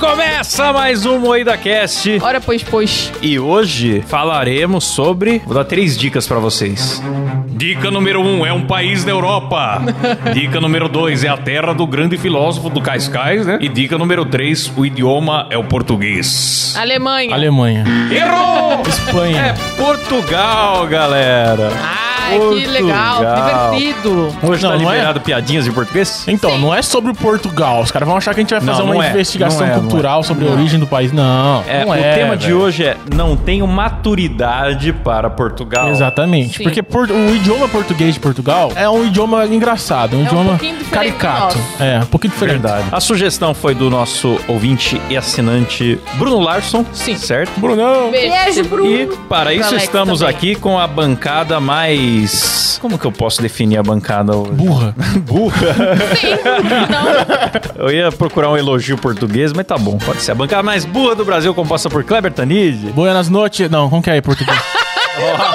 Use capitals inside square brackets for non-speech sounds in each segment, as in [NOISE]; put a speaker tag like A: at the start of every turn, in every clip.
A: Começa mais um Moída Cast
B: Ora, pois, pois.
A: e hoje falaremos sobre. Vou dar três dicas pra vocês. Dica número um é um país da [LAUGHS] Europa. Dica número dois é a terra do grande filósofo do Cascais, né? E dica número três, o idioma é o português.
B: Alemanha.
C: Alemanha.
A: Errou! É
C: Espanha.
A: Portugal, galera.
B: Ah, que
A: Portugal.
B: legal, que divertido.
A: Hoje
C: Não,
A: tá
C: não é?
A: liberado piadinhas de português?
C: Então, não é sobre o Portugal. Os caras vão achar que a gente vai
A: Não,
C: fazer
A: não
C: uma
A: é.
C: investigação
A: Não é, não
C: cultural sobre a origem do país. Não.
A: É,
C: não
A: o
C: é,
A: tema de
C: velho.
A: hoje é não tenho maturidade para Portugal.
C: Exatamente.
B: Sim.
C: Porque por- o idioma português de Portugal é um idioma engraçado, um
B: um
C: idioma
B: pouquinho diferente
C: caricato.
B: do nosso.
C: É, um pouquinho diferente.
A: Verdade. A sugestão foi do nosso ouvinte e assinante Bruno Larson. Sim. Certo?
C: Brunão.
B: Um Beijo,
A: E para isso
B: Alex
A: estamos
B: também.
A: aqui com a bancada mais. Como que eu posso definir a bancada hoje? [LAUGHS]
C: Burra.
A: Burra.
B: Sim, não.
A: eu ia procurar um elogio português, mas tá bom, pode ser. A bancada mais burra do Brasil, composta por Kleber Tanid.
C: Buenas noites. Não, como que é em português?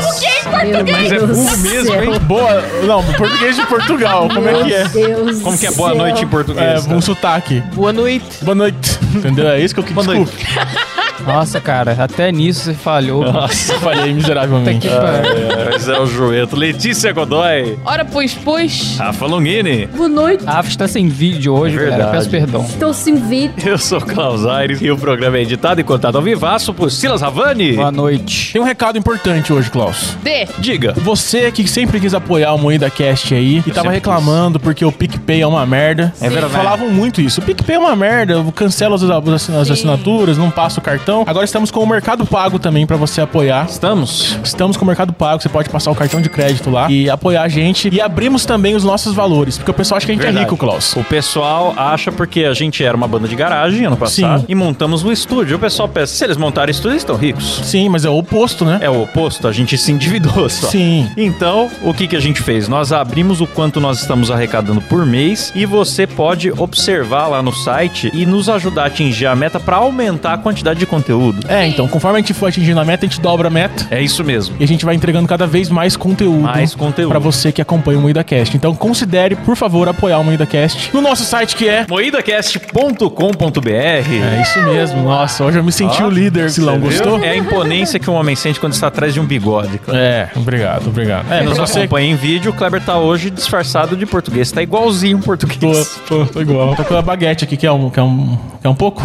A: Mas é burro mesmo, hein?
C: Boa. Não, português de Portugal. Como é que é?
D: Deus
A: Como que é boa noite em
C: É,
A: português?
C: um sotaque.
B: Boa noite.
C: Boa noite. Entendeu? É isso que eu quis.
A: Boa noite.
C: Desculpe.
E: Nossa, cara, até nisso você falhou.
C: Nossa, falhei
E: Que
C: miseravelmente.
E: pariu.
A: É, mas é o Joeto. Letícia Godoy.
B: [LAUGHS] Ora, pois, pois.
A: Rafa Longini.
D: Boa noite.
E: A Rafa está sem vídeo hoje,
A: É Verdade.
E: galera. Peço perdão.
D: Estou sem vídeo.
A: Eu sou o Klaus Aires e o programa é editado e contado ao vivaço por Silas Ravani.
E: Boa noite.
C: Tem um recado importante hoje, Klaus.
B: D.
A: Diga.
C: Você que sempre quis apoiar o Moída Cast aí e tava
A: sempre
C: reclamando porque o PicPay é uma merda.
A: É verdade.
C: Falavam muito isso. O PicPay é uma merda, eu cancelo as, as assina- as
B: Sim.
C: assinaturas, não passo o cartão. Agora estamos com o Mercado Pago também pra você apoiar.
A: Estamos?
C: Estamos com o Mercado Pago, você pode passar o cartão de crédito lá e apoiar a gente. E abrimos também os nossos valores, porque o pessoal acha que a gente é
A: Verdade.
C: rico, Klaus.
A: O pessoal acha porque a gente era uma banda de garagem ano passado
C: Sim.
A: e montamos um estúdio. O pessoal pensa, se eles montaram estúdio, eles estão ricos.
C: Sim, mas é o oposto, né?
A: É o oposto, a gente se endividou só.
C: Sim.
A: Então, o que, que a gente fez? Nós abrimos o quanto nós estamos arrecadando por mês e você pode observar lá no site e nos ajudar a atingir a meta pra aumentar a quantidade de conteúdo.
C: É, então, conforme a gente for atingindo a meta, a gente dobra a meta.
A: É isso mesmo.
C: E a gente vai entregando cada vez mais conteúdo.
A: Mais conteúdo.
C: Pra você que acompanha o MoídaCast. Então considere, por favor, apoiar o MoídaCast no nosso site que é.
A: moidacast.com.br
C: É isso mesmo. Nossa, hoje eu me senti
A: Ó,
C: o líder, Silão.
A: Você viu?
C: Gostou?
A: É a imponência que um homem sente quando está atrás de um bigode. Kleber.
C: É, obrigado, obrigado. É,
A: Quem nos
C: pra você.
A: acompanha em vídeo, o Kleber tá hoje disfarçado de português. Tá igualzinho um
C: Tô,
A: português.
C: tô, tô igual. Tô com a baguete aqui, que é um. Que é um, que é um pouco?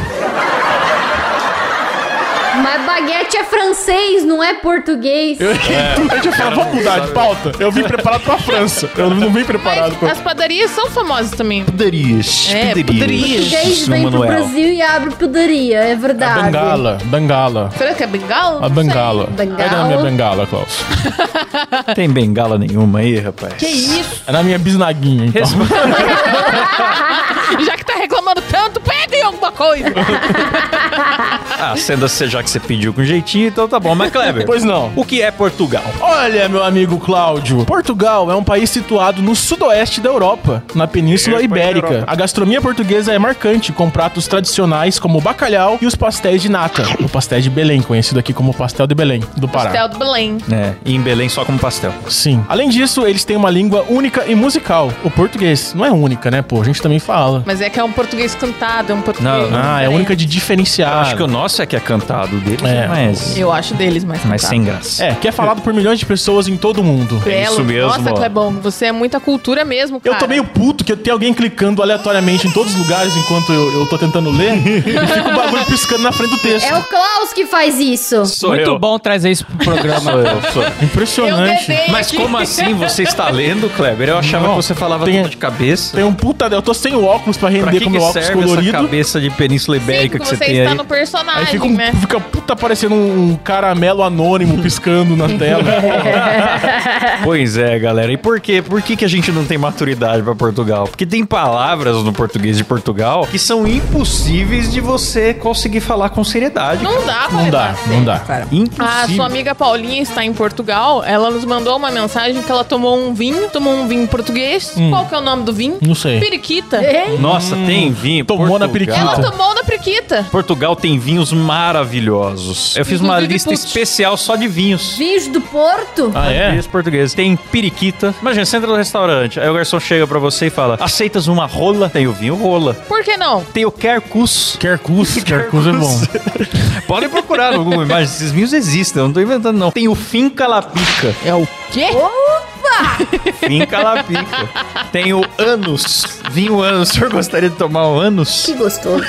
D: Mas baguete é francês, não é
C: [LAUGHS]
D: português.
C: eu tinha falado, vamos mudar de pauta. Eu vim preparado pra França. Eu não vim preparado
B: Mas as padarias são famosas também.
A: Poderias.
B: É, poderias.
D: Português vem pro Brasil e abre padaria, é verdade.
C: Bengala, Bengala.
B: Será que é bengala?
C: A
B: Não sei.
C: Bengala.
D: Bengala.
C: Pega na minha Bengala, Klaus.
A: Tem bengala nenhuma aí, rapaz.
B: Que isso?
C: É na minha bisnaguinha, então.
B: Já que tá reclamando tanto, pedem alguma coisa.
A: Ah, sendo assim, já que você pediu com jeitinho, então tá bom. Mas, Kleber,
C: Pois não.
A: o que é Portugal?
C: Olha, meu amigo Cláudio, Portugal é um país situado no sudoeste da Europa, na Península
A: É, país da
C: Ibérica.
A: Europa.
C: A gastronomia portuguesa é marcante, com pratos tradicionais como o bacalhau e os pastéis de nata. O pastel de Belém, conhecido aqui como pastel de Belém, do Pará.
B: Pastel do Belém.
A: É, e em Belém só como pastel.
C: Sim. Além disso, eles têm uma língua única e musical, o português. Não é única, né, pô? A gente também fala.
B: Mas é que é um português cantado, é um português...
A: Não, não.
C: Ah, é única de diferenciar.
A: Acho que o nosso é que é cantado deles,
C: É.
A: mas...
B: Eu tá. acho deles mais
A: Mas
B: cantado.
A: sem graça.
C: É, que é falado por milhões de pessoas em todo o mundo.
A: É isso
B: Belo.
A: mesmo,
B: Nossa,
A: ó.
B: Clebão, você é muita cultura mesmo,
C: Eu
B: cara.
C: tô meio puto que tem alguém clicando aleatoriamente em todos os lugares enquanto eu, eu tô tentando ler e fica o bagulho piscando na frente do texto.
D: É o Klaus que faz isso.
A: Sou
E: Muito
A: eu.
E: bom trazer isso pro programa.
A: Sou eu, sou eu.
B: Eu
C: Impressionante.
B: dedei
A: Mas
B: aqui.
A: como assim você está lendo, Kleber? Eu achava
C: Não,
A: que você falava
C: tem-
A: tudo de cabeça.
C: Tem um puta. Eu tô sem o óculos pra
A: Pra
C: render
A: que,
C: com
A: que
C: meu óculos
A: serve essa
C: colorido.
A: cabeça de Península
B: Sim,
A: Ibérica
B: que
A: que você
B: você
A: tem
B: está
A: aí?
B: no
C: Aí
B: personagem,
C: fica, um,
B: né?
C: fica puta parecendo um caramelo anônimo piscando na tela.
A: Pois é, galera. E por quê? Por que, que a gente não tem maturidade pra Portugal? Porque tem palavras no português de Portugal que são impossíveis de você conseguir falar com seriedade.
B: Não dá, pra
C: Não dá,
B: levar
C: não dá.
B: Cara. A
A: Impossível.
B: sua amiga Paulinha está em Portugal. Ela nos mandou uma mensagem que ela tomou um vinho, tomou um vinho português. Qual que é o nome do vinho?
C: [LAUGHS] Hum. Não sei.
B: Periquita.
D: Hein?
A: Nossa, tem vinho.
C: Hum, Tomou na
A: Portugal.
B: Ela
C: periquita.
B: tomou na periquita.
A: Portugal tem vinhos vinhos maravilhosos. Eu fiz uma
B: Inclusive,
A: lista
B: putz.
A: especial só de vinhos.
D: Vinhos do Porto?
C: Ah, é?
A: Vinhos portugueses. Tem periquita. Imagina, você entra no restaurante, aí o garçom chega pra você e fala, aceitas uma rola? Tem o vinho rola.
B: Por que não?
A: Tem o quercus.
C: [LAUGHS] Quercus, Quercus é bom.
A: Podem procurar no Google Imagens. Esses vinhos existem, eu não tô inventando, não. Tem o finca la pica.
B: É o quê?
A: Finca la pica. Tem o anus. Vinho anus. O senhor gostaria de tomar o anus?
D: Que gostoso.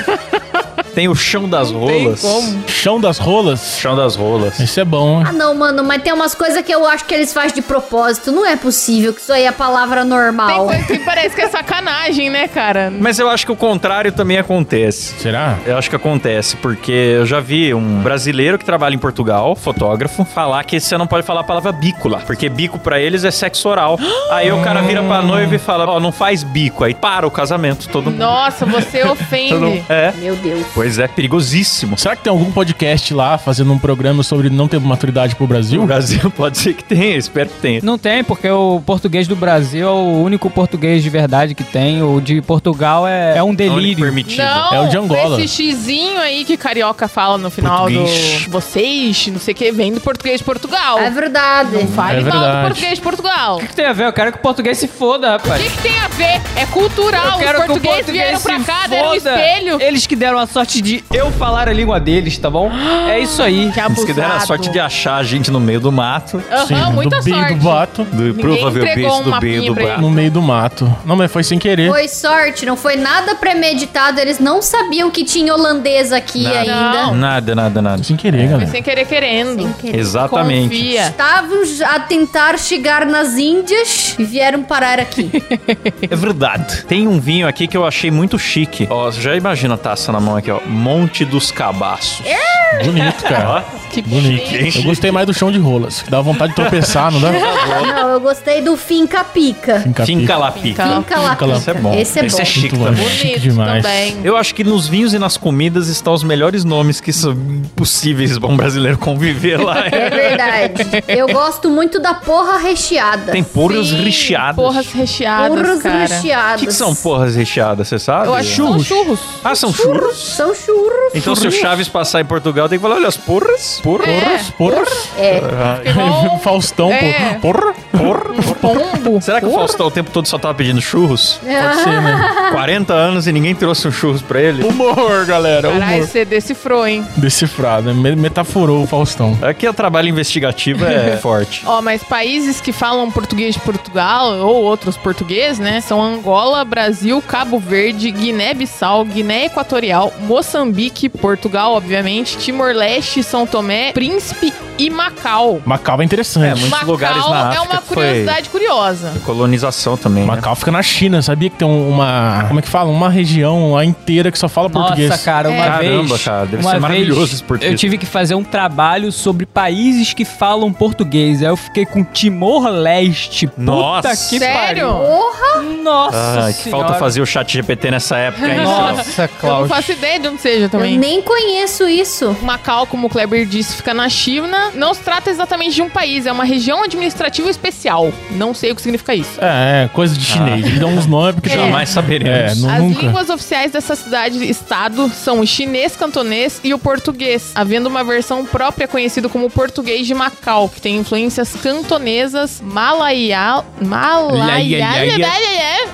A: Tem o chão das
B: tem
A: rolas.
B: como.
C: Chão das rolas?
A: Chão das rolas.
C: Esse é bom, hein?
D: Ah, não, mano, mas tem umas coisas que eu acho que eles fazem de propósito. Não é possível que isso aí é a palavra
B: Tem
D: normal.
B: coisa que parece que é sacanagem, né, cara?
A: Mas eu acho que o contrário também acontece.
C: Será?
A: Eu acho que acontece, porque eu já vi um brasileiro que trabalha em Portugal, fotógrafo, falar que você não pode falar a palavra bícula, porque bico pra eles é sexo oral. Aí o cara vira pra noiva e fala, ó, não faz bico. Aí para o casamento, todo mundo.
B: Nossa,
C: [LAUGHS]
B: você
A: todo
B: ofende.
A: mundo- É.
D: Meu Deus.
A: Pois é, perigosíssimo.
C: Será que tem algum podcast lá fazendo um programa sobre não ter maturidade pro
A: O
C: Brasil?
A: Brasil [LAUGHS] pode ser que tenha, espero que tenha.
E: Não tem, porque o português do Brasil é o único português de verdade que tem. O de Portugal é, é um
A: Não lhe
E: delírio.
A: permitido.
B: Não,
C: É o de Angola.
B: esse xizinho aí que carioca fala no final
A: Português.
B: do vocês, não sei o que, vem do português de Portugal.
D: É verdade.
B: Fale
C: É
B: mal
C: verdade.
B: do português de Portugal.
E: O que tem a ver? Eu quero que o português se foda,
B: O
E: rapaz.
B: que, que tem a ver? É cultural.
E: Eu
B: Os
E: quero que o
B: portugueses vieram
E: português
B: pra
E: se
B: cá, deram um
E: foda.
B: espelho.
E: Eles que deram a sorte de eu falar a língua deles, tá bom? É isso aí.
B: Que
A: Diz
B: abusado.
A: que deram a sorte de achar a gente no meio do mato.
B: Aham, muita
C: do bem
B: sorte.
C: do mato.
A: Do
B: Ninguém entregou
A: provavelmente
B: um
A: do bem
B: mapinha
A: do
B: pra ele.
A: bar.
C: No meio do mato. Não, mas foi sem querer.
D: Foi sorte, não foi nada premeditado. Eles não sabiam que tinha holandês aqui
A: Nada.
D: ainda.
B: Não.
A: Nada, nada, nada.
C: Sem querer,
B: Foi
C: galera.
B: sem querer querendo.
D: Sem querer.
A: Exatamente.
B: Confia.
D: Estavam a tentar chegar nas Índias e vieram parar aqui.
A: É verdade. Tem um vinho aqui que eu achei muito chique. Ó, você já imagina a taça na mão aqui, ó. Monte dos Cabaços. [LAUGHS]
D: É.
C: Bonito,
A: Ó,
C: cara.
B: Que
C: Bonito.
B: chique.
C: Eu gostei mais do chão de rolas. que Dá vontade de tropeçar, não dá?
D: não, eu gostei do Finca Pica.
C: Finca
A: Finca
C: pica.
A: lá pica.
B: Finca
D: Finca lá.
C: lá.
A: Esse é bom.
D: Esse é bom.
A: chique
C: Muito
A: também.
C: bom. Chique
B: Bonito
C: demais.
B: também.
A: Eu acho que nos vinhos e nas comidas estão os melhores nomes que são impossíveis pra um brasileiro conviver
D: [LAUGHS]
A: lá.
D: É verdade. Eu gosto muito da porra recheada.
A: Tem porras
B: Sim,
A: recheadas.
B: Porras recheadas,
D: Porras
B: cara.
A: O
D: recheadas.
A: que, que são porras recheadas, você sabe?
B: Eu acho que são churros.
A: Ah, são
D: Churros.
A: churros?
D: São churros.
A: Então se o Chaves passar em Portugal, tem que falar, olha, as porras. Porra.
C: Porras, porras.
D: É.
C: [LAUGHS]
B: Igual um
C: Faustão,
B: É.
C: pô. porra.
A: Porra.
B: pombo.
A: Será que o Faustão o tempo todo só tava pedindo churros?
C: Pode ser, né?
A: [LAUGHS]
D: Ah.
A: 40 anos e ninguém trouxe um churros pra ele?
C: Humor, galera.
A: É
B: Caralho,
C: Humor.
B: você decifrou, hein?
C: Decifrado, né? Me- metaforou o Faustão.
A: Aqui a trabalho investigativo [LAUGHS] é forte.
B: Ó, mas países que falam português de Portugal ou outros portugueses, né? São Angola, Brasil, Cabo Verde, Guiné-Bissau, Guiné Equatorial, Moçambique, Portugal, obviamente, Timor-Leste, São Tomé, Príncipe e Macau.
C: Macau é interessante.
A: É, muito- Muitos
B: Macau
A: lugares na
B: é
A: África
B: uma
A: que foi-
B: curiosidade curiosa.
A: Colonização também, né?
C: Macau fica na China, sabia que tem uma. Como é que fala? Uma região lá inteira que só fala português.
E: Nossa, cara, uma
A: É.
E: vez.
A: Caramba, cara, deve
E: uma
A: ser
E: vez
A: maravilhoso esse português.
E: Eu tive que fazer um trabalho sobre países que falam português. Aí eu fiquei com Timor-Leste. Puta
A: Nossa.
E: que
B: Sério?
D: Porra.
E: pariu. Nossa.
A: Ah, que
E: senhora.
A: falta fazer o chat GPT nessa época, hein? Nossa.
E: Nossa,
B: Eu não
E: Cláudio.
B: faço ideia de onde seja
D: Eu
B: também.
D: nem conheço isso.
B: Macau, como o Kleber disse, fica na China. Não se trata exatamente de um país, é uma região administrativa especial. Não sei o que significa isso.
C: É, é, coisa de chinês. Eles dão uns nomes porque
A: Jamais saberemos.
C: É, nu-
B: As
C: nunca.
B: línguas oficiais dessa cidade-estado são o chinês, cantonês e o português, havendo uma versão própria conhecida como português de Macau, que tem influências cantonesas, malaial, malaial,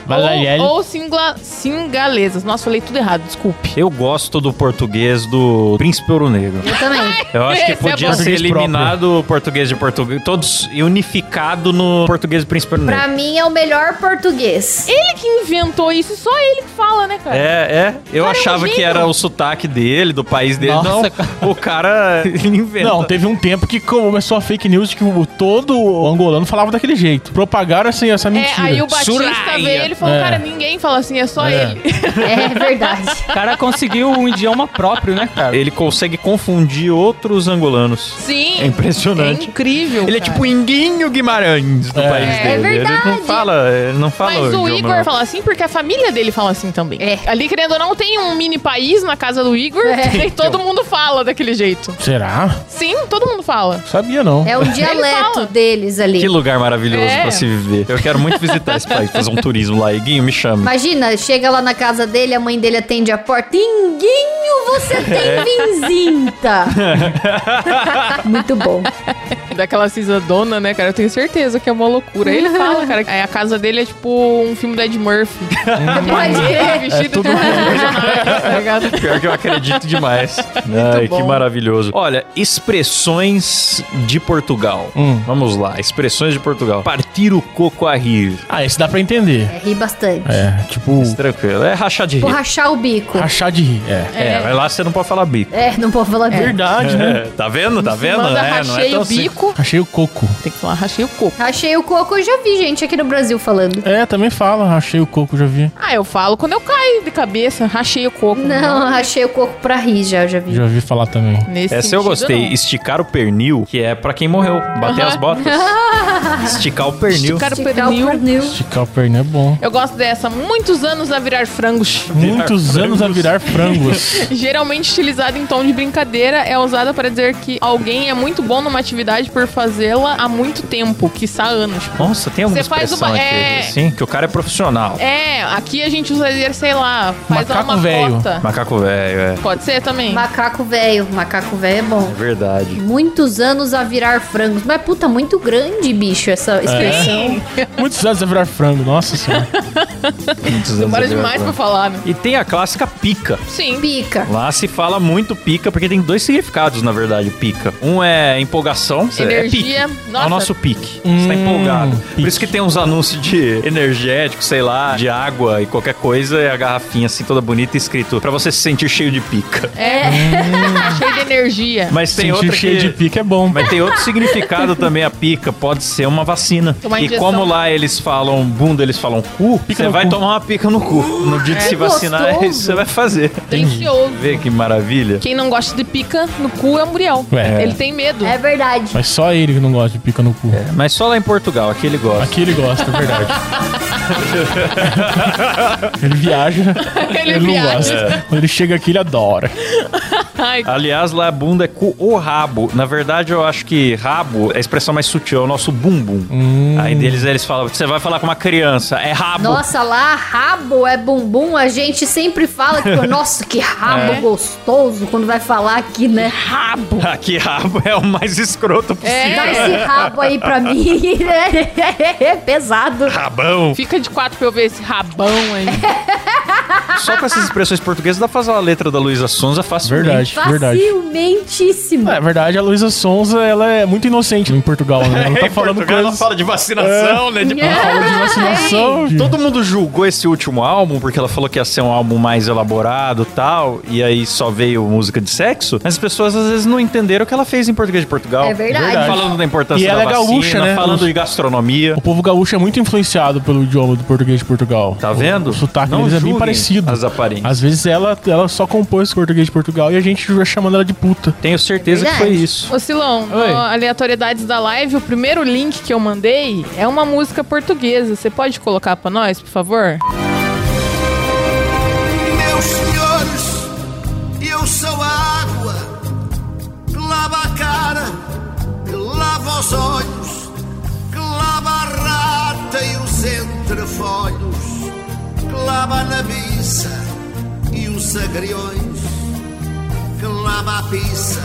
C: Malaial.
B: ou, ou singla, singalesas. Nossa, falei tudo errado, desculpe.
A: Eu gosto do português do Príncipe Ouro Negro.
D: Eu também.
A: Eu acho que
B: Esse é
A: podia
B: bom.
A: ser
C: Português próprio.
A: eliminado o português de Portugal. Todos e unificado no português do Príncipe Ouro
D: Pra
A: Negro.
D: mim é o melhor
A: [LAUGHS]
D: português.
B: Ele que inventou isso, só ele que fala, né, cara?
A: É, é. Eu
B: Cara, é um
A: achava que
B: gênio.
A: era o sotaque dele, do país dele.
E: Nossa,
A: não,
E: cara.
A: o cara ele inventa.
C: Não, teve um tempo que começou a fake news de que o- todo o angolano falava daquele jeito. Propagaram assim, essa
B: É,
C: mentira.
B: aí o Batista
A: Suraya.
B: veio ele falou,
C: É.
B: cara, ninguém fala assim, é só
C: É.
B: ele.
A: [LAUGHS]
D: É verdade.
E: O cara conseguiu um idioma próprio, né, cara?
A: Ele consegue confundir outros angolanos.
B: Sim.
A: É impressionante.
B: É incrível,
A: Ele é
B: cara.
A: tipo o Inguinho Guimarães do país
B: é
A: dele. Ele não
D: verdade.
A: fala, ele não fala.
B: Mas o
A: idioma
B: Igor fala assim porque a família dele fala assim também.
D: É.
B: Ali, querendo ou não, tem um mini país na casa do Igor [LAUGHS]
D: É.
B: e todo
A: um
B: mundo fala daquele jeito.
C: Será?
B: Sim, todo mundo fala.
C: Sabia não.
D: É o dialeto
B: fala.
D: deles ali.
A: Que lugar maravilhoso
B: assim. É.
A: pra se viver. Eu quero muito visitar esse país, fazer um turismo lá. Iguinho, me chama.
D: Imagina, chega lá na casa dele, a mãe dele atende a porta. Inguinho! Como você tem vinzinta? Muito bom.
B: É Daquela cisadona, né, cara? Eu tenho certeza que é uma loucura. [LAUGHS] Aí ele fala, cara, é, a casa dele é tipo um filme do
A: [LAUGHS]
B: Ed Murphy.
A: É,
D: Pode
B: Ele tá né,
D: crer.
B: vestido de personagem,
A: né,
B: tá ligado?
A: Pior que eu acredito
B: [LAUGHS]
A: demais. Ai, que maravilhoso. Olha, expressões de Portugal.
C: Hum.
A: Vamos lá, expressões de Portugal. Partir o coco a rir.
C: Ah, esse dá pra entender.
D: É, ri bastante.
C: É, tipo,
A: Tranquilo, é rachar de rir.
D: Por rachar o bico.
C: rachar de rir. É.
A: É, mas lá você não pode falar bico.
D: É, não pode falar bico.
C: Verdade, né?
A: É, [LAUGHS] tá vendo? Tá vendo?
B: Manda
A: É, não é
B: rachei
A: tão
B: o
A: simples.
B: bico.
C: Rachei o coco.
B: Tem que falar rachei o coco.
D: Rachei o coco, eu já vi gente aqui no Brasil falando.
C: É, também fala, rachei o coco, já vi.
B: Ah, eu falo quando eu caio de cabeça, rachei o coco. então,
D: Não, rachei o coco pra rir já, eu já vi.
C: Já vi falar também.
B: Nesse
A: Essa eu
B: sentido,
A: gostei.
B: não.
A: Esticar o pernil, que é pra quem morreu. Bater as botas.
B: [LAUGHS]
A: Esticar o pernil.
B: Esticar- Cara,
D: Esticar
B: pernil.
D: o pernil.
C: Esticar o pernil é bom.
B: Eu gosto dessa. Muitos anos a virar frangos. [LAUGHS]
C: Muitos anos a virar frangos.
B: Geralmente utilizada em tom de brincadeira, é usada para dizer que alguém é muito bom numa atividade por fazê-la há muito tempo, quiçá anos.
A: Nossa, tem alguma
B: Você faz
A: expressão
B: uma-
A: aqui,
B: é-
A: assim, que o cara é profissional.
B: É, aqui a gente usaria, sei lá, faz
C: Macaco
B: uma
C: velho.
B: cota.
A: Macaco velho, é.
B: Pode ser também?
D: Macaco velho. Macaco velho é
A: É
D: bom.
A: verdade.
D: Muitos anos a virar frangos. Mas puta, muito grande, bicho, essa expressão.
C: Muitos anos a virar frango, nossa senhora.
B: Demora demais pra falar, né?
A: E tem a clássica pica.
B: Sim.
D: Pica.
A: Lá se fala muito pica, porque tem dois significados, na verdade, pica. Um é empolgação, cê- é
B: Energia.
A: pique. É
B: Nossa.
A: o nosso pique. Você tá
C: Hum,
A: empolgado. Por
C: pique.
A: isso que tem uns anúncios de energético, sei lá, de água e qualquer coisa, e a garrafinha assim toda bonita escrito pra você se sentir cheio de pica.
B: É. Cheio de
C: [LAUGHS]
B: energia.
A: Mas tem
C: Sentir
A: outra
C: cheio
A: que...
C: de pica é bom.
A: Mas tem outro significado também, a pica pode ser uma vacina.
B: Uma
A: e
B: injeção.
A: como lá eles falam bunda, eles falam cu,
C: Pica
A: você
C: no
A: vai
C: cu.
A: tomar uma pica no cu. No dia de se vacinar,
D: gostoso.
A: é isso que você vai fazer.
B: Delicioso.
A: Vê que maravilha.
B: Quem não gosta de pica no cu é o Muriel.
C: Ué.
B: Ele tem medo.
D: É verdade.
C: Mas só ele que não gosta de pica no cu.
A: Mas só lá em Portugal, aqui ele gosta.
C: Aqui ele gosta, é verdade. ele viaja,
B: [LAUGHS] Ele é
C: ele, não
B: viaja.
A: É.
C: gosta. Quando ele chega aqui, ele adora.
B: Ai,
A: Aliás, lá a bunda é cu ou rabo. Na verdade, eu acho que rabo é a expressão mais sutil, é o nosso bumbum.
C: Hum.
A: Aí deles eles falam, você vai falar com uma criança, é rabo.
D: Nossa, lá rabo é bumbum. A gente sempre fala que, nossa, que rabo gostoso quando vai falar aqui, né?
B: rabo.
A: Aqui rabo é o mais escroto possível.
D: Dá esse rabo aí pra mim. É [LAUGHS] pesado.
A: Rabão.
B: Fica de quatro pra eu ver esse rabão aí.
A: Só com essas expressões portuguesas dá pra fazer a letra da Luísa Sonza facilmente.
C: Verdade, verdade.
D: Facilmentíssimo.
C: É verdade, a Luísa Sonza, ela é muito inocente em Portugal, né? Ela
A: [LAUGHS]
C: tá
A: em
C: falando
A: Portugal, ela
C: coisas... É.
A: fala de vacinação, né? De-
C: Ela fala de vacinação. de-
A: Todo mundo julgou esse último álbum porque ela falou que ia ser um álbum mais elaborado e tal, e aí só veio música de sexo. Mas as pessoas às vezes não entenderam o que ela fez em português de Portugal.
D: É verdade.
C: Verdade.
A: Falando da importância
C: E
A: da
C: ela é
A: vacina,
C: gaúcha, né?
A: falando de gastronomia.
C: O povo gaúcho é muito influenciado pelo idioma do português de Portugal.
A: Tá
C: O-
A: vendo?
C: O sotaque
A: Não
C: deles é bem
A: julguem
C: parecido.
A: as aparências.
C: Às vezes ela, ela só compôs português de Portugal e a gente já chamando ela de puta.
A: Tenho certeza
D: É
A: que foi
D: verdade.
A: isso.
B: Ô Silão,
C: Oi.
B: ó, aleatoriedades da live, o primeiro link que eu mandei é uma música portuguesa. Você pode colocar pra nós, por favor?
F: Meus senhores, eu sou a água que lava a cara, que lava os olhos, que lava a rata e os entrefolhos, que lava a naviça e os agriões, que lava a pizza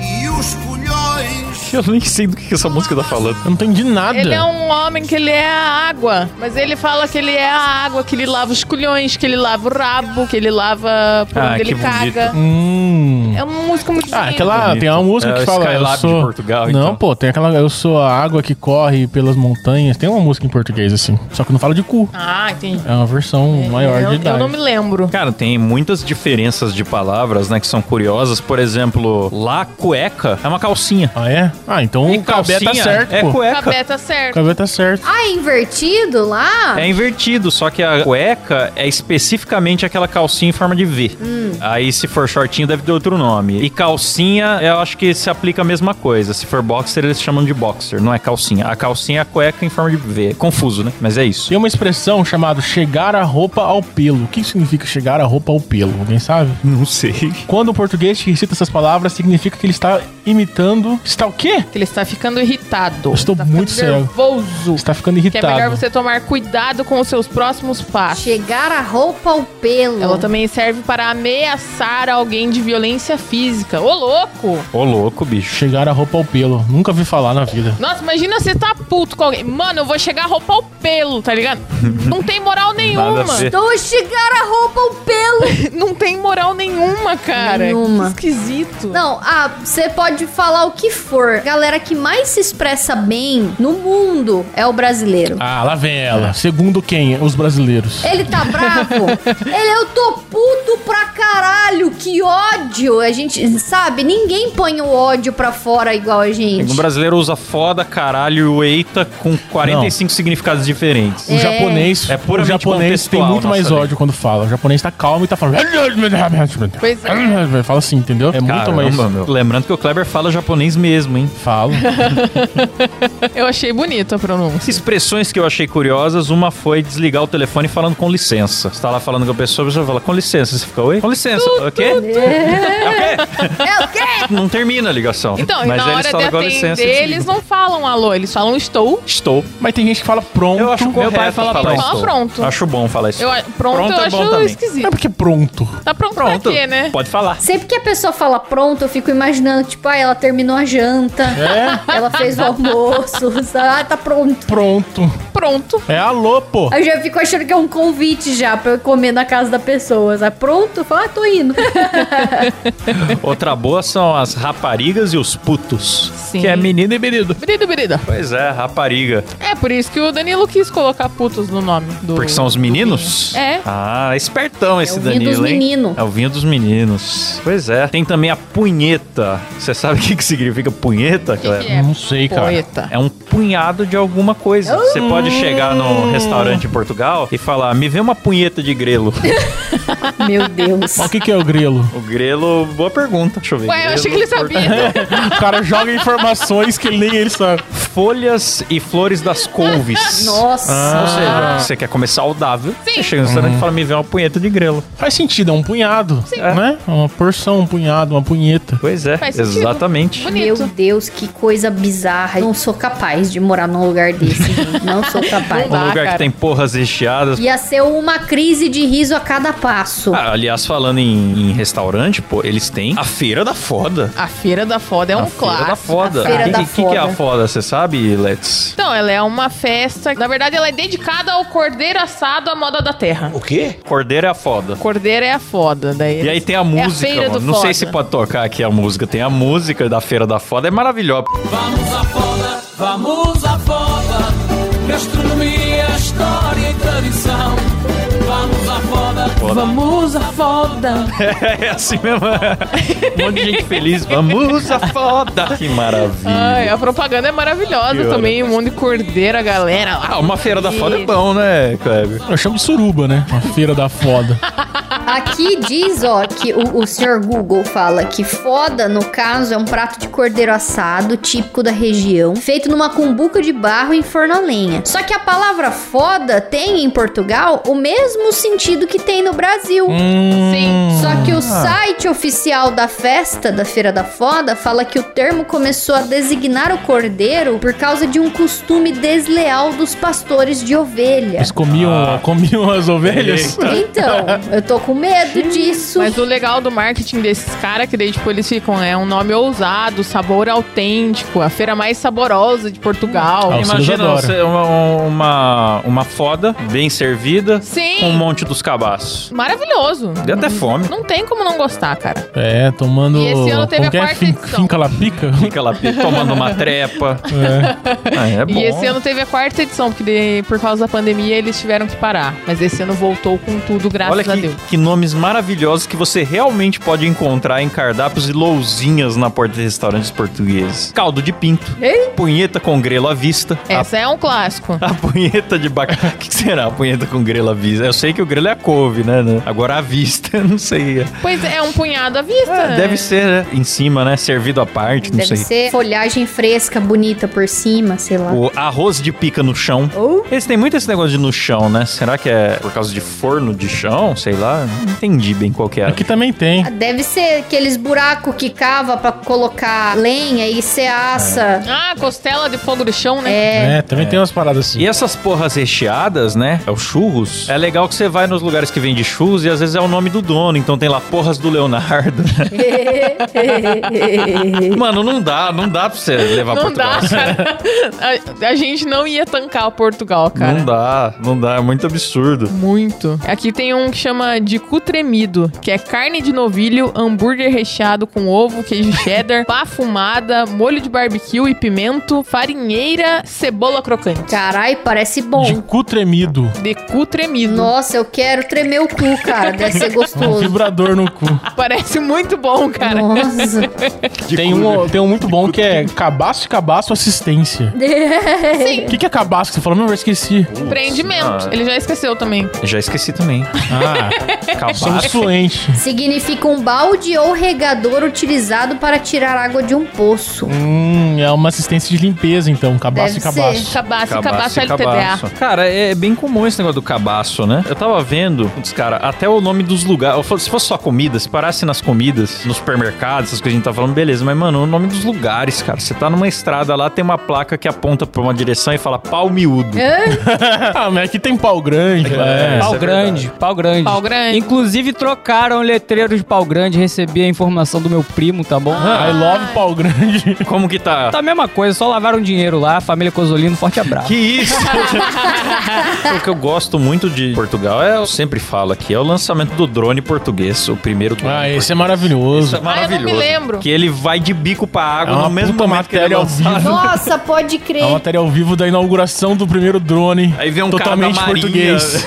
F: e os colhões.
A: Eu nem sei do que que essa música tá falando.
C: Eu não entendi nada.
B: Ele é um homem que ele é a água, mas ele fala que ele é a água, que ele lava os culhões, que ele lava o rabo, que ele lava por
A: Ah,
B: onde ele
A: que bonito.
B: caga.
C: Hum.
B: É uma música muito
C: Ah,
B: bonita.
C: aquela.
A: Bonito.
C: Tem uma música
A: É o
C: que fala.
A: Skylab
C: eu
A: de
C: sou...
A: Portugal,
C: Não,
A: então.
C: pô, tem aquela. Eu sou a água que corre pelas montanhas. Tem uma música em português assim. Só que não fala de cu.
B: Ah, entendi.
C: É uma versão maior
B: eu,
C: de
B: eu
C: idade.
B: não me lembro.
A: Cara, tem muitas diferenças de palavras, né, que são curiosas. Por exemplo, lá cueca é uma calcinha.
C: Ah, é? Ah, então
A: E
C: o Cabé tá
A: calcinha
C: certo,
A: é
C: pô.
A: cueca.
B: Cabé tá
C: O
B: certo.
C: Cabé tá certo.
D: Ah, é invertido lá?
A: É invertido, só que a cueca é especificamente aquela calcinha em forma de V. Aí, se for shortinho, deve ter outro nome. E calcinha, eu acho que se aplica a mesma coisa. Se for boxer, eles chamam de boxer, não é calcinha. A calcinha é a cueca em forma de V. Confuso, né? Mas é isso.
C: Tem uma expressão chamada chegar a roupa ao pelo. O que significa chegar a roupa ao pelo? Alguém sabe?
A: Não sei.
C: Quando o português recita essas palavras, significa que ele está imitando. Está o quê?
B: Que ele está ficando irritado.
C: Eu estou
B: Está
C: muito
B: ficando
C: cego.
B: nervoso.
C: Está ficando
B: Que é
C: irritado.
B: melhor você tomar cuidado com os seus próximos passos.
D: Chegar a roupa ao pelo.
B: Ela também serve para ameaçar alguém de violência física. Ô, louco!
A: Ô, louco, bicho.
C: Chegar a roupa ao pelo. Nunca vi falar na vida.
B: Nossa, imagina você tá puto com alguém. Mano, eu vou chegar a roupa ao pelo, tá
A: [LAUGHS]
B: ligado? Não tem moral nenhuma.
A: a ver.
D: Estou a Então, é chegar a roupa ao pelo.
B: [LAUGHS] Não tem moral nenhuma, cara.
D: Nenhuma.
B: Que esquisito.
D: Não, ah, você pode falar o que for. A galera que mais se expressa bem no mundo é o brasileiro.
C: Ah, lá vem ela. Segundo quem? Os brasileiros.
D: Ele tá bravo. Ele, eu tô puto pra caralho. Que ódio. A gente, sabe, ninguém põe o ódio pra fora igual a
A: O
D: gente.
A: brasileiro usa foda, caralho, eita, com 45 significados diferentes.
C: O japonês,
A: É
C: o
A: puramente
C: japonês tem
A: contextual,
C: muito mais
A: nossa,
C: ódio quando fala. O japonês tá calmo e tá falando.
B: Pois
C: é. [LAUGHS] Fala assim, entendeu? É muito mais.
A: Caramba, meu. Lembrando que o Kleber fala japonês mesmo, hein?
C: Falo.
B: Eu achei bonita a pronúncia.
A: Expressões que eu achei curiosas, uma foi desligar o telefone falando com licença. Você tá lá falando com a pessoa, a pessoa fala com licença. Você fica, oi? Com licença, ok?
D: É o quê?
A: Não termina a ligação.
B: Então, e
A: Mas
B: na
A: eles
B: hora de
A: falam com
B: atender,
A: licença. e
B: eles
A: desligam.
B: não falam alô, eles falam estou.
A: Estou.
C: [LAUGHS] Mas tem gente que fala pronto.
A: Eu acho
C: Meu
A: correto
C: pai fala
A: falar,
B: pronto.
A: estou.
B: Fala pronto.
A: Acho bom falar isso.
B: Eu, a- pronto,
A: Pronto
B: eu
A: é bom
B: acho
A: também.
C: Não é
B: esquisito.
C: porque pronto.
B: Tá pronto,
A: Pronto.
B: pra quê, né?
A: Pode
D: [LAUGHS]
A: falar.
D: Sempre que a pessoa fala pronto, eu fico imaginando, tipo, ah, ela terminou a janta. Ela fez o almoço. sabe? Ah, tá pronto.
C: Pronto.
B: Pronto.
C: É alô, pô.
D: Aí eu já fico achando que é um convite já pra eu comer na casa da pessoa. Sabe? Pronto? Eu falo, ah, tô indo.
A: Outra boa são as raparigas e os putos.
B: Sim.
A: Que é menino e menino.
B: Berida, berida.
A: Pois é, rapariga.
B: É por isso que o Danilo quis colocar putos no nome do.
A: Porque são os meninos?
B: É.
A: Ah, espertão esse
D: o vinho
A: Danilo,
D: dos
A: hein?
D: menino.
A: É o vinho dos meninos. Pois é. Tem também a punheta. Você sabe [LAUGHS] o que, que significa punheta,
B: que
A: Cleber?
B: É,
C: Não sei, cara.
B: poeta.
A: É um punhado de alguma coisa. Você
B: Uhum.
A: pode chegar num restaurante em Portugal e falar: me vê uma punheta de grelo.
B: [LAUGHS]
D: Meu Deus.
C: Mas o que, que é o grilo?
A: o grelo, boa pergunta. Deixa eu ver.
B: Ué, eu
A: Grelo,
B: achei que ele sabia.
C: O cara joga informações que nem ele sabe.
A: [LAUGHS] Folhas e flores das
B: [LAUGHS]
A: couves. Ah,
D: Nossa.
A: Ou seja, você quer comer saudável,
B: Sim.
A: você chega no restaurante e fala, me vê uma punheta de grelo. É,
C: Faz sentido, é um punhado. Né? Uma porção, um punhado, uma punheta.
A: Pois é,
B: é? Faz sentido.
A: exatamente.
B: Bonito.
D: Meu Deus, que coisa bizarra. Não sou capaz de morar num lugar desse, gente. Não sou capaz.
B: Não dá.
A: Um lugar
B: cara.
A: que tem porras recheadas.
D: Ia ser uma crise de riso a cada passo.
A: Ah, aliás, falando em, em restaurante, pô, eles têm a Feira da Foda.
B: A Feira da Foda é
A: a
B: um
A: Feira
B: clássico.
A: da Foda.
D: A Feira
A: que,
D: da
A: que- que que é a
D: Foda.
A: Foda, você sabe, Let's?
B: Então, ela é uma festa. Na verdade, ela é dedicada ao cordeiro assado à moda da terra.
A: Cordeiro é a Foda.
B: O cordeiro é a foda. Daí
A: E aí tem É a música,
B: Feira
A: mano.
B: do
A: Não sei
B: Foda.
A: se pode tocar aqui a música. Tem a música da Feira da Foda, é maravilhosa. [LAUGHS]
G: Vamos à foda, vamos à foda. Gastronomia, história e tradição. Vamos à foda, vamos à foda.
A: É assim mesmo. um monte de gente feliz. Vamos a Foda. Que maravilha.
B: Ai, a propaganda é maravilhosa
A: Que
B: também. O mundo de cordeiro, a galera lá.
A: Ah, uma Feira da Foda é bom, né, Kleber?
C: Eu chamo de suruba, né? Uma feira da foda.
D: Aqui diz, ó, que o, o senhor Google fala que foda, no caso, é um prato de cordeiro assado, típico da região, feito numa cumbuca de barro em forno a lenha. Só que a palavra foda tem em Portugal o mesmo sentido que tem no Brasil.
B: Sim.
D: Só que o site oficial da festa da Feira da Foda fala que o termo começou a designar o cordeiro por causa de um costume desleal dos pastores de ovelha.
C: Eles comiam, comiam as ovelhas.
D: Então, eu tô com medo disso.
B: Mas o legal do marketing desses caras, que daí, tipo, eles ficam, é um nome ousado, sabor autêntico, a feira mais saborosa de Portugal.
C: Ah, os
A: Imagina
C: adoram.
A: você- é uma, uma, uma foda bem servida
B: Sim.
A: com um monte dos cabaços.
B: Maravilhoso.
A: Deu até fome.
B: Não tem como não gostar, cara.
C: É, tomando.
B: E esse ano teve
C: como
B: a
C: que é?
B: quarta
C: Fin-
B: edição.
C: Finca la [LAUGHS] pica?
A: Fica lá pe- tomando [LAUGHS] uma trepa. Ah, É, bom.
B: E esse ano teve a quarta edição, porque de- por causa da pandemia eles tiveram que parar. Mas esse ano voltou com tudo, graças
A: Olha
B: a
A: que,
B: Deus.
A: que nomes maravilhosos que você realmente pode encontrar em cardápios e lousinhas na porta de restaurantes portugueses. Caldo de pinto, punheta com grelo à vista, a
B: Essa é um clássico.
A: A punheta de [LAUGHS] bacalhau. O que que será a punheta com grelo à vista? [LAUGHS] Eu sei que o grelo é a couve, né? né? Agora à vista, eu não sei. família.
B: Pois é, é um punhado à vista.
A: É,
B: né?
A: deve ser, né? Em cima, né? Servido à parte, não sei.
D: Deve ser folhagem fresca, bonita por cima, sei lá.
A: O arroz de pica no chão.
D: Ou-
A: Eles têm muito esse negócio de no chão, né? Será que é por causa de forno de chão? Sei lá. Não entendi bem qual que é. era.
C: Aqui também tem.
D: Ah, Deve ser aqueles buracos que cava pra colocar lenha e
B: [LAUGHS]
D: você assa.
B: Ah, costela de fogo do chão, né?
D: É.
C: É, também tem umas paradas assim.
A: E essas porras recheadas, né? É o churros. É legal que você vai nos lugares que vende churros e às vezes é o nome do dono. Então tem lá porras do
B: [LAUGHS]
A: Leonardo. Mano, não dá, não dá pra você levar
B: não
A: Portugal. [LAUGHS]
B: dá, cara. A, a gente não ia tancar o Portugal, [LAUGHS] cara.
A: Não dá, não dá, é muito absurdo.
B: Muito. Aqui tem um que chama de cu tremido, que é carne de novilho, hambúrguer recheado com ovo, queijo cheddar, pá fumada, molho de barbecue e pimento, farinheira, cebola crocante.
D: Carai, parece
C: De
D: bom.
C: cu tremido.
B: De cu tremido.
D: Nossa, eu quero tremer o cu, cara. Deve ser
C: Um [LAUGHS]
D: gostoso.
C: vibrador no cu.
B: Parece muito bom, cara.
D: Nossa.
C: Tem um, tem um muito bom que é cabaço, cabaço, assistência. O que, que é cabaço? que Você falou, meu, eu esqueci.
B: Empreendimento.
A: Ah.
B: Ele já esqueceu também.
A: Já esqueci
B: [LAUGHS]
A: também.
C: Ah, [LAUGHS] sou um
A: Cabaço.
C: fluente.
D: [LAUGHS] Significa um balde ou regador utilizado para tirar água de um poço.
C: Hum, é uma assistência de limpeza, então. Cabaço
D: Deve
C: e cabaço.
B: Cabaço,
A: Cabaço
B: Assim, cabaço, é
A: e
B: LTDA.
A: cabaço. Cara, é bem comum esse negócio do cabaço, né? Eu tava vendo, putz, cara, até o nome dos lugares. eu falo, Se fosse só comida, se parasse nas comidas, nos supermercados, essas coisas que a gente tá falando, beleza. Mas, mano, o nome dos lugares, cara. Você tá numa estrada lá, tem uma placa que aponta pra uma direção e fala pau miúdo.
B: É.
C: ah, mas aqui tem pau grande.
A: É.
C: É.
A: Essa
E: Pau grande,
A: verdade.
E: pau grande.
B: Pau grande.
E: Inclusive trocaram o letreiro de pau grande, recebi a informação do meu primo, tá bom?
B: Ah.
C: I love pau grande.
A: Como que
B: [LAUGHS]
A: tá?
E: Tá a mesma coisa, só lavaram dinheiro lá, família Cozolino, forte abraço.
A: Que isso! [LAUGHS] o que eu gosto muito de Portugal é, eu sempre falo aqui, é o lançamento do drone português, o primeiro drone.
C: Ah,
A: português.
C: esse é maravilhoso.
A: Isso é maravilhoso.
B: Ah, eu não me lembro.
A: Que ele vai de bico pra água
C: É uma
A: no mesmo
C: puta
A: momento que ele é
C: matéria ao
A: lançado.
C: vivo.
D: Nossa, pode
C: É uma
D: crer.
C: matéria ao vivo da inauguração do primeiro drone.
A: Aí vem um cara
C: totalmente
A: da Marinha.
C: português.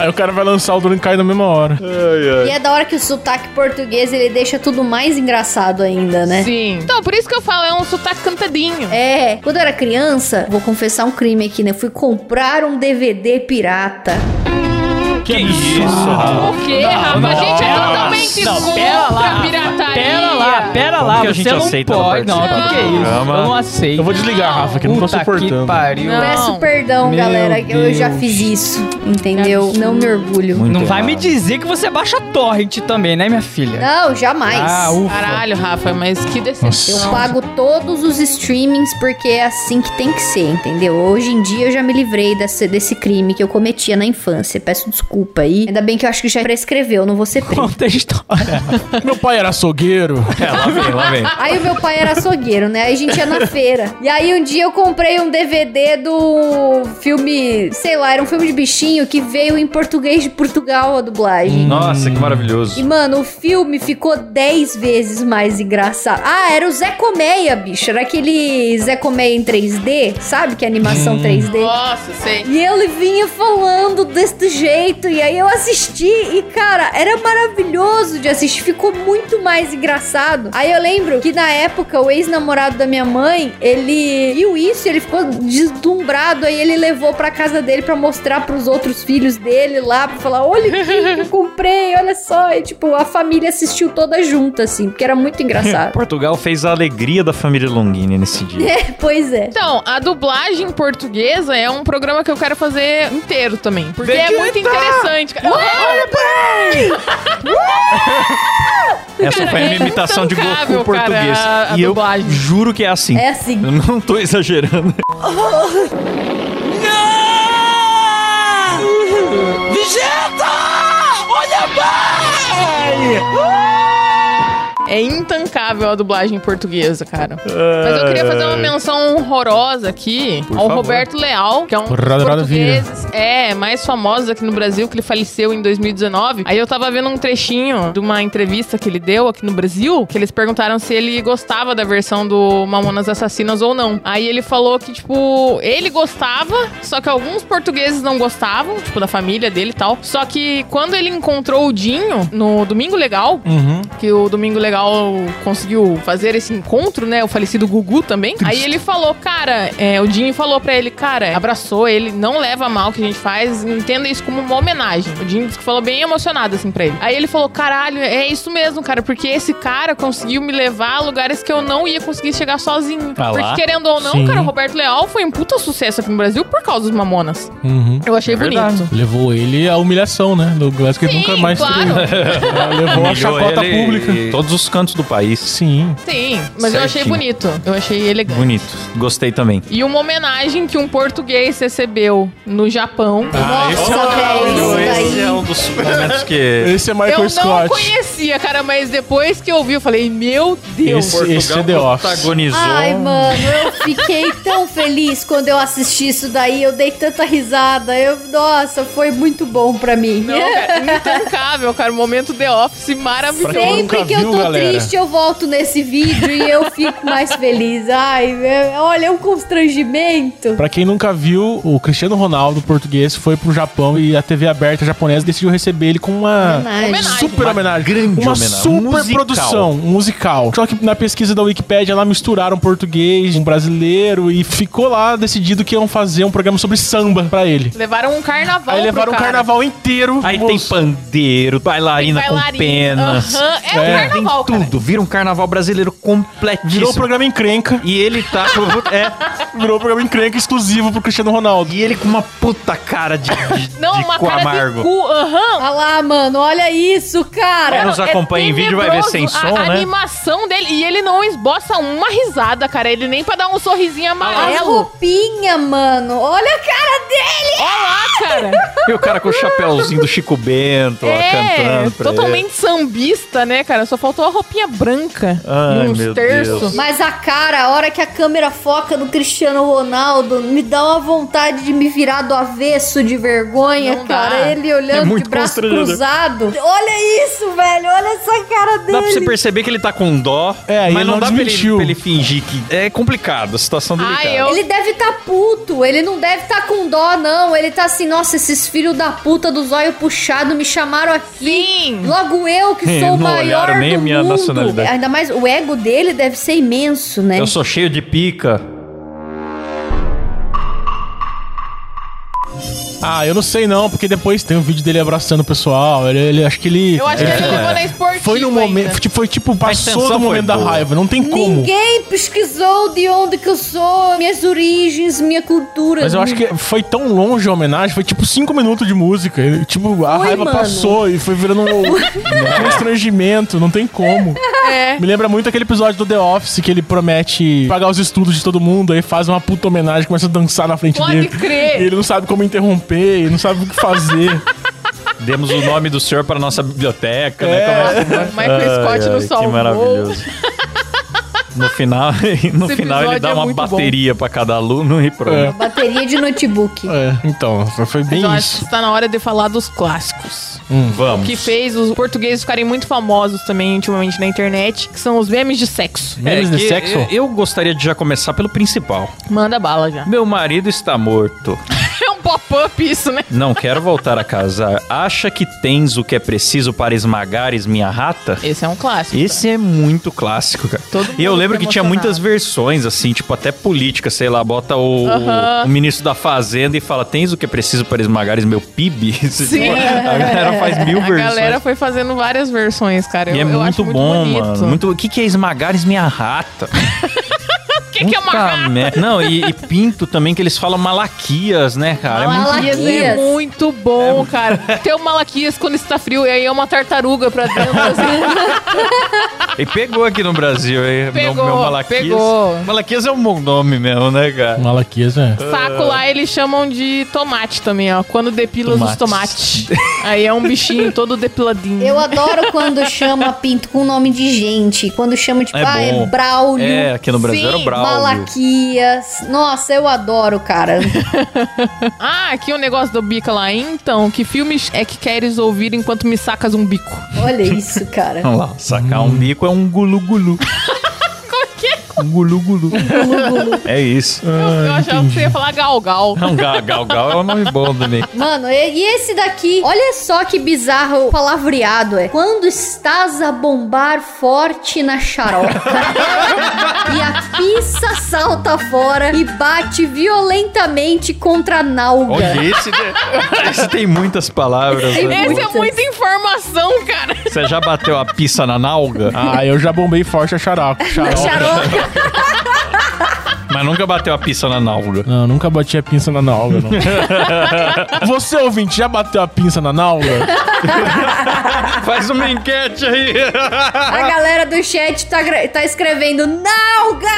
C: Aí o cara vai lançar o drone e cai na mesma hora.
D: E é da hora que o sotaque português ele deixa tudo mais engraçado ainda, né?
B: Sim. Então, por isso que eu falo, é um sotaque cantadinho.
D: É, quando eu era criança, vou confessar um crime aqui, né? Fui comprar um DVD pirata.
A: Que é isso, rapaz.
B: Por quê, rapaz? A gente é
E: Nossa,
B: totalmente
E: não, pera
B: contra
E: lá,
B: a pirataria.
E: Pera lá, pera
A: Como
E: lá,
A: que a gente
E: você não
A: aceita não
E: pode. Não,
A: participar
E: não que
A: do
E: isso, eu
A: programa?
E: não aceito.
C: Eu vou desligar, Rafa, que eu não tô
E: Puta
C: suportando.
E: que pariu.
B: Não.
D: Peço perdão,
E: Meu
D: galera, que eu já
E: Deus.
D: fiz isso, entendeu? Não me orgulho.
A: Muito
E: Não vai me
A: errado.
E: dizer que você baixa torrent também, né, minha filha?
D: Não, jamais.
E: Ah, ufa.
B: Caralho, Rafa, mas que decepção.
D: Eu pago todos os streamings porque é assim que tem que ser, entendeu? Hoje em dia eu já me livrei desse, desse crime que eu cometia na infância. Peço desculpa aí. Ainda bem que eu acho que já prescreveu, não vou
E: [LAUGHS]
D: ser preso.
E: Conta a história.
C: Meu pai era açougueiro.
A: [LAUGHS] É, lá vem, lá vem.
D: Aí o meu pai era açougueiro, né? Aí a gente ia na feira. E aí um dia eu comprei um DVD do filme, sei lá, era um filme de bichinho que veio em português de Portugal a dublagem.
A: Nossa, que maravilhoso.
D: E, mano, o filme ficou 10 vezes mais engraçado. Ah, era o Zé Colmeia, bicho. Era aquele Zé Colmeia em 3D, sabe? Que é animação 3D.
B: Nossa, sei.
D: E ele vinha falando desse jeito. E aí eu assisti e, cara, era maravilhoso de assistir. Ficou muito mais engraçado. Aí eu lembro que na época o ex-namorado da minha mãe, ele viu isso, ele ficou deslumbrado. Aí ele levou pra casa dele pra mostrar pros outros filhos dele lá, pra falar: olha o que eu comprei, olha só. E tipo, a família assistiu toda junta, assim, porque era
A: [LAUGHS]
D: muito engraçado.
A: Portugal fez a alegria da família Longini nesse dia.
D: pois é.
B: Então, a dublagem portuguesa é um programa que eu quero fazer inteiro também. Porque é
A: Vegeta!
B: muito interessante. cara.
A: Essa
B: Cara,
A: foi a
B: é
A: minha imitação de
B: intancável,
A: Goku
B: cara,
A: português.
B: a- a
A: e eu
B: dublagem.
A: juro que é assim.
D: É assim.
A: Eu [LAUGHS] não tô exagerando.
B: É intancável a dublagem portuguesa, cara. Mas eu queria fazer uma menção honrorosa aqui ao
A: favor.
B: Roberto Leal, que é um dos
C: Rodrigo Vieira.
B: portugueses é, mais famosos aqui no Brasil, que ele faleceu em 2019. Aí eu tava vendo um trechinho de uma entrevista que ele deu aqui no Brasil, que eles perguntaram se ele gostava da versão do Mamonas Assassinas ou não. Aí ele falou que, tipo, ele gostava, só que alguns portugueses não gostavam, tipo, da família dele e tal. Só que quando ele encontrou o Dinho no Domingo Legal, que o Domingo Legal Portugal conseguiu fazer esse encontro, né? O falecido Gugu também. Aí ele falou, cara, é, o Dinho falou pra ele, cara, abraçou ele, não leva a mal o que a gente faz, entenda isso como uma homenagem. O Dinho disse que falou bem emocionado assim pra ele. Aí ele falou, caralho, é isso mesmo, cara, porque esse cara conseguiu me levar a lugares que eu não ia conseguir chegar sozinho.
E: Ah lá.
B: porque querendo ou não,
C: Sim.
B: cara, o Roberto Leal foi um puta sucesso aqui no Brasil por causa dos Mamonas.
C: Uhum.
B: Eu achei bonito.
C: Levou ele à humilhação, né? No Glass que ele
B: Sim,
C: nunca mais
B: claro.
C: teve. [LAUGHS] Levou a chacota pública.
A: Em todos os cantos do país.
C: Sim.
B: Sim, mas eu achei
A: Certinho.
B: bonito. Eu achei elegante.
A: Bonito. Gostei também.
B: E uma homenagem que um português recebeu no Japão.
A: esse é,
D: velho,
A: um,
D: isso
A: esse
D: daí.
A: é um dos momentos que.
C: Esse é
B: eu
C: Michael
B: não
C: Scott.
B: conhecia, cara, mas depois que eu vi, eu falei, meu Deus.
C: Esse- esse é The Office.
A: protagonizou.
D: Ai,
A: um-
D: mano, eu fiquei tão feliz quando eu assisti isso daí. Eu dei tanta risada. Eu, nossa, foi muito bom pra mim.
B: Não, cara, intancável, cara. Um momento The Office maravilhoso.
C: Pra quem
D: Sempre
C: nunca
D: que eu
C: viu,
D: tô
C: galera.
D: triste, eu volto nesse vídeo e eu fico mais feliz. Ai, é- olha, é um constrangimento.
C: Pra quem nunca viu, o Cristiano Ronaldo, português, foi pro Japão e a TV aberta japonesa decidiu receber ele com uma
D: Homenagem.
C: super
A: Uma
C: homenagem.
A: grande
C: uma
A: homenagem. Um
C: super
A: Musical.
C: produção um musical. Só que na pesquisa da Wikipédia lá misturaram português, um brasileiro e ficou lá decidido que iam fazer um programa sobre samba pra ele.
B: Levaram um carnaval
C: Aí levaram
B: pro
C: um
B: cara.
C: carnaval inteiro.
A: Aí tem
C: moço.
A: pandeiro,
B: Tem
A: bailarina, com
B: bailarina.
A: penas.
B: Aham, É,
C: É,
B: um
A: Tem
B: carnaval, cara.
A: tudo. Vira um carnaval brasileiro completíssimo.
C: Virou um programa encrenca.
A: E ele tá. [LAUGHS] é.
C: Virou um
A: [LAUGHS]
C: programa encrenca exclusivo pro Cristiano Ronaldo.
A: E ele com uma puta cara [LAUGHS] de. de
B: Não,
A: de
B: uma
A: cu
B: cara
A: amargo.
B: de cu, aham. um é
D: Olha lá, mano, olha isso,
A: Quem
D: cara.
A: nos acompanha em vídeo vai ver
B: tenebroso
A: sem som,
B: a, A
A: né?
B: animação dele, e ele não esboça uma risada, cara. Ele nem pra dar um sorrisinho
D: As
B: amarelo.
D: roupinhas, mano. Olha a cara dele.
B: Olha lá, cara.
A: E o cara com o chapéuzinho do Chico Bento, ó,
B: É,
A: cantando. pra ele.
B: totalmente sambista, né, cara? Só faltou a roupinha branca
A: Ai,
B: e uns
A: meu
B: terços.
A: Deus.
D: Mas a cara, a hora que a câmera foca no Cristiano Ronaldo, me dá uma vontade de me virar do avesso de vergonha,
B: Não
D: cara.
B: dá.
D: Ele olhando
A: É muito
D: de braço
A: constrangedor.
D: cruzado. Olha isso, velho. Olha essa cara dele.
A: Dá pra você perceber que ele tá com dó,
C: É, e
A: mas
C: ele
A: não,
C: não
A: dá pra ele,
C: desmentiu.
A: pra ele fingir que. É complicado, a situação
B: Ai,
A: delicada.
B: ah, eu-
D: Ele deve tá puto, ele não deve tá com dó, não. Ele tá assim, nossa, esses filhos da puta do zóio puxado me chamaram aqui.
B: Sim.
D: Logo eu que
A: É,
D: sou o
A: não
D: maior
A: olharam nem
D: do
A: minha
D: mundo.
A: nacionalidade.
D: Ainda mais o ego dele deve ser imenso, né?
A: Eu sou cheio de pica.
C: Ah, eu não sei não, porque depois tem um vídeo dele abraçando o pessoal. Ele, ele- acho que ele.
B: Eu acho que ele
A: é.
B: levou na esportiva
C: Foi no momento.
B: ainda.
C: Foi, tipo- foi tipo, passou
A: tensão
C: do
A: foi
C: momento da
A: boa.
C: raiva. Não tem como.
D: Ninguém pesquisou de onde que eu sou, minhas origens, minha cultura.
C: Mas eu acho que foi tão longe a homenagem, foi tipo cinco minutos de música. E, Tipo, a
D: Foi,
C: raiva
D: mano.
C: passou e foi
B: [LAUGHS]
C: virando um um constrangimento, não tem como.
B: É.
C: Me lembra muito aquele episódio do The Office que ele promete pagar os estudos de todo mundo, aí faz uma puta homenagem, começa a dançar na frente
B: Pode
C: dele.
B: crer.
C: E ele não sabe como interromper, ele não sabe o que fazer.
A: Demos o nome do senhor pra nossa biblioteca, né?
C: É.
A: Começa-
B: O Michael
A: Ai,
B: Scott
A: ai,
B: no salvou.
A: Que maravilhoso. No final, [LAUGHS] no
B: Esse
A: final ele
B: episódio
A: dá
B: é
A: uma
B: muito bom.
A: bateria pra cada aluno e pronto.
C: É.
D: Bateria de notebook.
C: [LAUGHS] É, então, foi bem
B: Mas eu acho
C: isso.
B: que está na hora de falar dos clássicos.
A: Hum, Vamos.
B: Que fez os portugueses ficarem muito famosos também ultimamente na internet, que são os memes de sexo.
A: É,
C: Memes de
A: que
C: sexo?
A: Eu, eu gostaria de já começar pelo principal.
B: Manda bala já. [LAUGHS]
A: Meu marido está morto.
B: É um pop-up isso, né?
A: Não quero voltar a casar. Acha que tens o que é preciso para esmagares minha rata?
B: Esse é um clássico.
A: Esse é muito clássico, cara.
B: Todo mundo
A: e eu lembro
B: fica
A: que tinha
B: emocionado.
A: muitas versões, assim, tipo, até política, sei lá, bota o,
B: Aham.
A: o ministro da Fazenda e fala: Tens o que é preciso para esmagares meu [LAUGHS] PIB?
B: Sim.
A: tipo, a galera faz é mil
B: a
A: versões.
B: galera foi fazendo várias versões, cara. Eu,
A: E é
B: eu
A: muito
B: acho muito
A: bom,
B: bonito.
A: mano. Muito- O que, que é esmagares minha rata?
B: [LAUGHS] O que, que é uma rata?
A: Não, e, e pinto também, que eles falam malaquias, né, cara? É muito
B: Malaquias é
D: Malaquias.
B: muito bom,
C: É.
B: cara. Tem o Malaquias quando está frio e aí é uma tartaruga pra dentro. Assim.
A: E pegou aqui no Brasil, hein?
B: Pegou,
A: meu, meu Malaquias.
B: pegou.
A: Malaquias é um bom nome mesmo, né, cara?
C: Malaquias, né? [LAUGHS]
B: Saco lá eles chamam de tomate também, ó. Quando depila os
A: Tomates.
B: tomates. Aí é um bichinho todo depiladinho.
D: Eu adoro quando chama pinto com nome de gente. Quando chama, tipo,
A: É
D: ah, é
A: bom.
D: Braulio.
A: É, aqui no Brasil era o
B: Sim,
A: Braulio.
D: Malaquias. Nossa, eu adoro, cara.
B: Ah, aqui o negócio do bica lá. Então, que filmes é que queres ouvir enquanto me sacas um bico?
D: Olha isso, cara.
A: Vamos lá, sacar um bico é um gulu-gulu.
B: Como é que é?
E: Gulu, gulu.
A: É isso.
B: Eu, eu
C: Ah,
B: achava que você ia falar galgal.
A: Não, Ga- Galgal é um nome bom também.
D: Mano, e e esse daqui? Olha só que bizarro palavreado é. Quando estás a bombar forte na xaropa [LAUGHS] e a pizza salta fora e bate violentamente contra a nalga.
A: Olha, esse, tem- esse tem muitas palavras.
D: Tem
A: né?
B: Essa é
D: Muitas.
B: muita informação, cara.
A: Você já bateu a pizza na nalga?
C: Ah, eu já bombei forte a xarope.
B: [LAUGHS]
D: Na xarope.
A: Mas nunca bateu a pizza na nalga.
C: Não, nunca bati a pinça na nalga, não.
B: [LAUGHS]
C: Você, ouvinte, já bateu a pinça na nalga?
A: Faz uma enquete aí.
D: A galera do chat tá, gra- tá escrevendo nalga!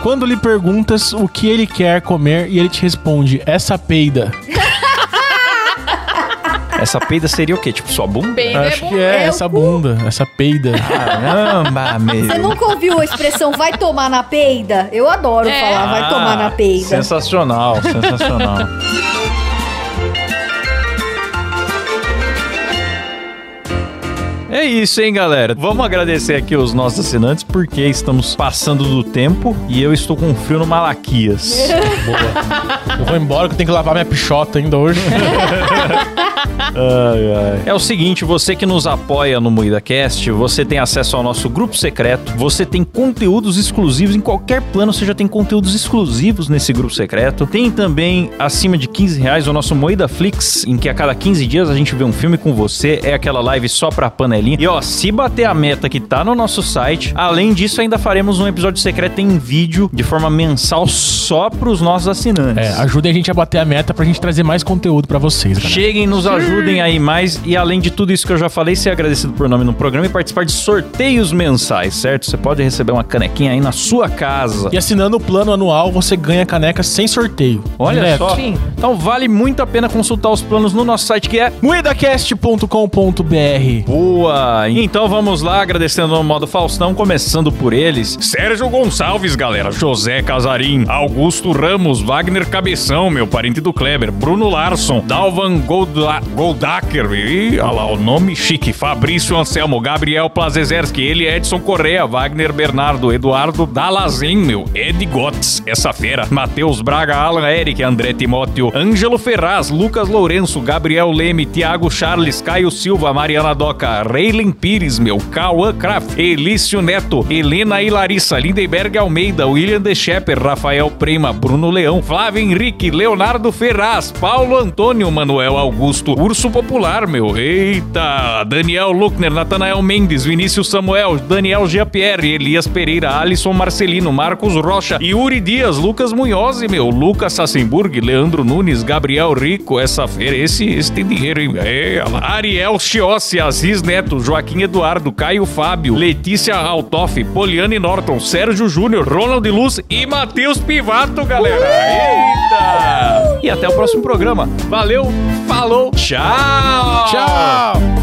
C: Quando lhe perguntas o que ele quer comer e ele te responde, essa peida.
A: Essa peida seria o quê? Tipo, sua bunda?
B: Bem, né,
C: Acho
B: bom?
C: que é
D: é o
C: essa bunda, essa peida.
A: Caramba,
D: Você
A: meu.
D: nunca ouviu a expressão vai tomar na peida? Eu adoro
B: É.
D: falar Ah, vai tomar na peida.
A: Ah, Sensacional, sensacional. É isso, hein, galera. Vamos agradecer aqui os nossos assinantes porque estamos passando do tempo e eu estou com um frio no Malaquias.
C: [LAUGHS] Eu vou embora que eu tenho que lavar minha pichota ainda hoje.
A: É o seguinte, você que nos apoia no MoídaCast, você tem acesso ao nosso grupo secreto, você tem conteúdos exclusivos em qualquer plano, você já tem conteúdos exclusivos nesse grupo secreto. Tem também, acima de 15 reais, o nosso Moída Flix, em que a cada 15 dias a gente vê um filme com você, é aquela live só pra panelinha. E ó, se bater a meta que tá no nosso site, além disso ainda faremos um episódio secreto em vídeo, de forma mensal, só pros nossos assinantes.
C: [LAUGHS] É, ajudem a gente a bater a meta pra gente trazer mais conteúdo pra vocês, galera.
A: Cheguem, nos ajudem aí mais. E além de tudo isso que eu já falei, ser agradecido por nome no programa e participar de sorteios mensais, certo? Você pode receber uma canequinha aí na sua casa.
C: E assinando o plano anual, você ganha caneca sem sorteio.
A: Olha
C: Direto.
A: só.
B: Sim.
A: Então vale muito a pena consultar os planos no nosso site que é
C: Moedacast.com.br
A: Boa! Então vamos lá, agradecendo no modo Faustão, começando por eles. Sérgio Gonçalves, galera. José Casarim, Augusto Ramos, Wagner Cabeção, meu parente do Kleber, Bruno Larson, Dalvan Golda Goldacker, e olha lá o nome chique, Fabrício Anselmo, Gabriel Plazezerski, ele Edson Correa, Wagner Bernardo, Eduardo Dalazin, meu, Ed Gotts, essa fera, Matheus Braga, Alan Eric, André Timóteo, Ângelo Ferraz, Lucas Lourenço, Gabriel Leme, Thiago Charles, Caio Silva, Mariana Doca, Reilen Pires, meu, Cauã Kraft, Elício Neto, Helena e Larissa, Lindenberg Almeida, William De Shepper, Rafael Prema, Bruno Leão, Flávio Henrique, Leonardo Ferraz, Paulo Antônio, Manuel Augusto, Urso Popular, meu, eita, Daniel Luckner, Natanael Mendes, Vinícius Samuel, Daniel Giapierre, Elias Pereira, Alisson Marcelino, Marcos Rocha, Yuri Dias, Lucas Munhoz, meu, Lucas Sassenburg, Leandro Nunes, Gabriel Rico, essa feira, esse, esse tem dinheiro, hein? É, olha lá. Ariel Chiossi, Aziz Neto, Joaquim Eduardo, Caio Fábio, Letícia Altoff, Poliane Norton, Sérgio Júnior, Ronald Luz e Matheus Pivato, galera. Eita! E até o próximo programa. Valeu, falou, tchau!
C: Tchau!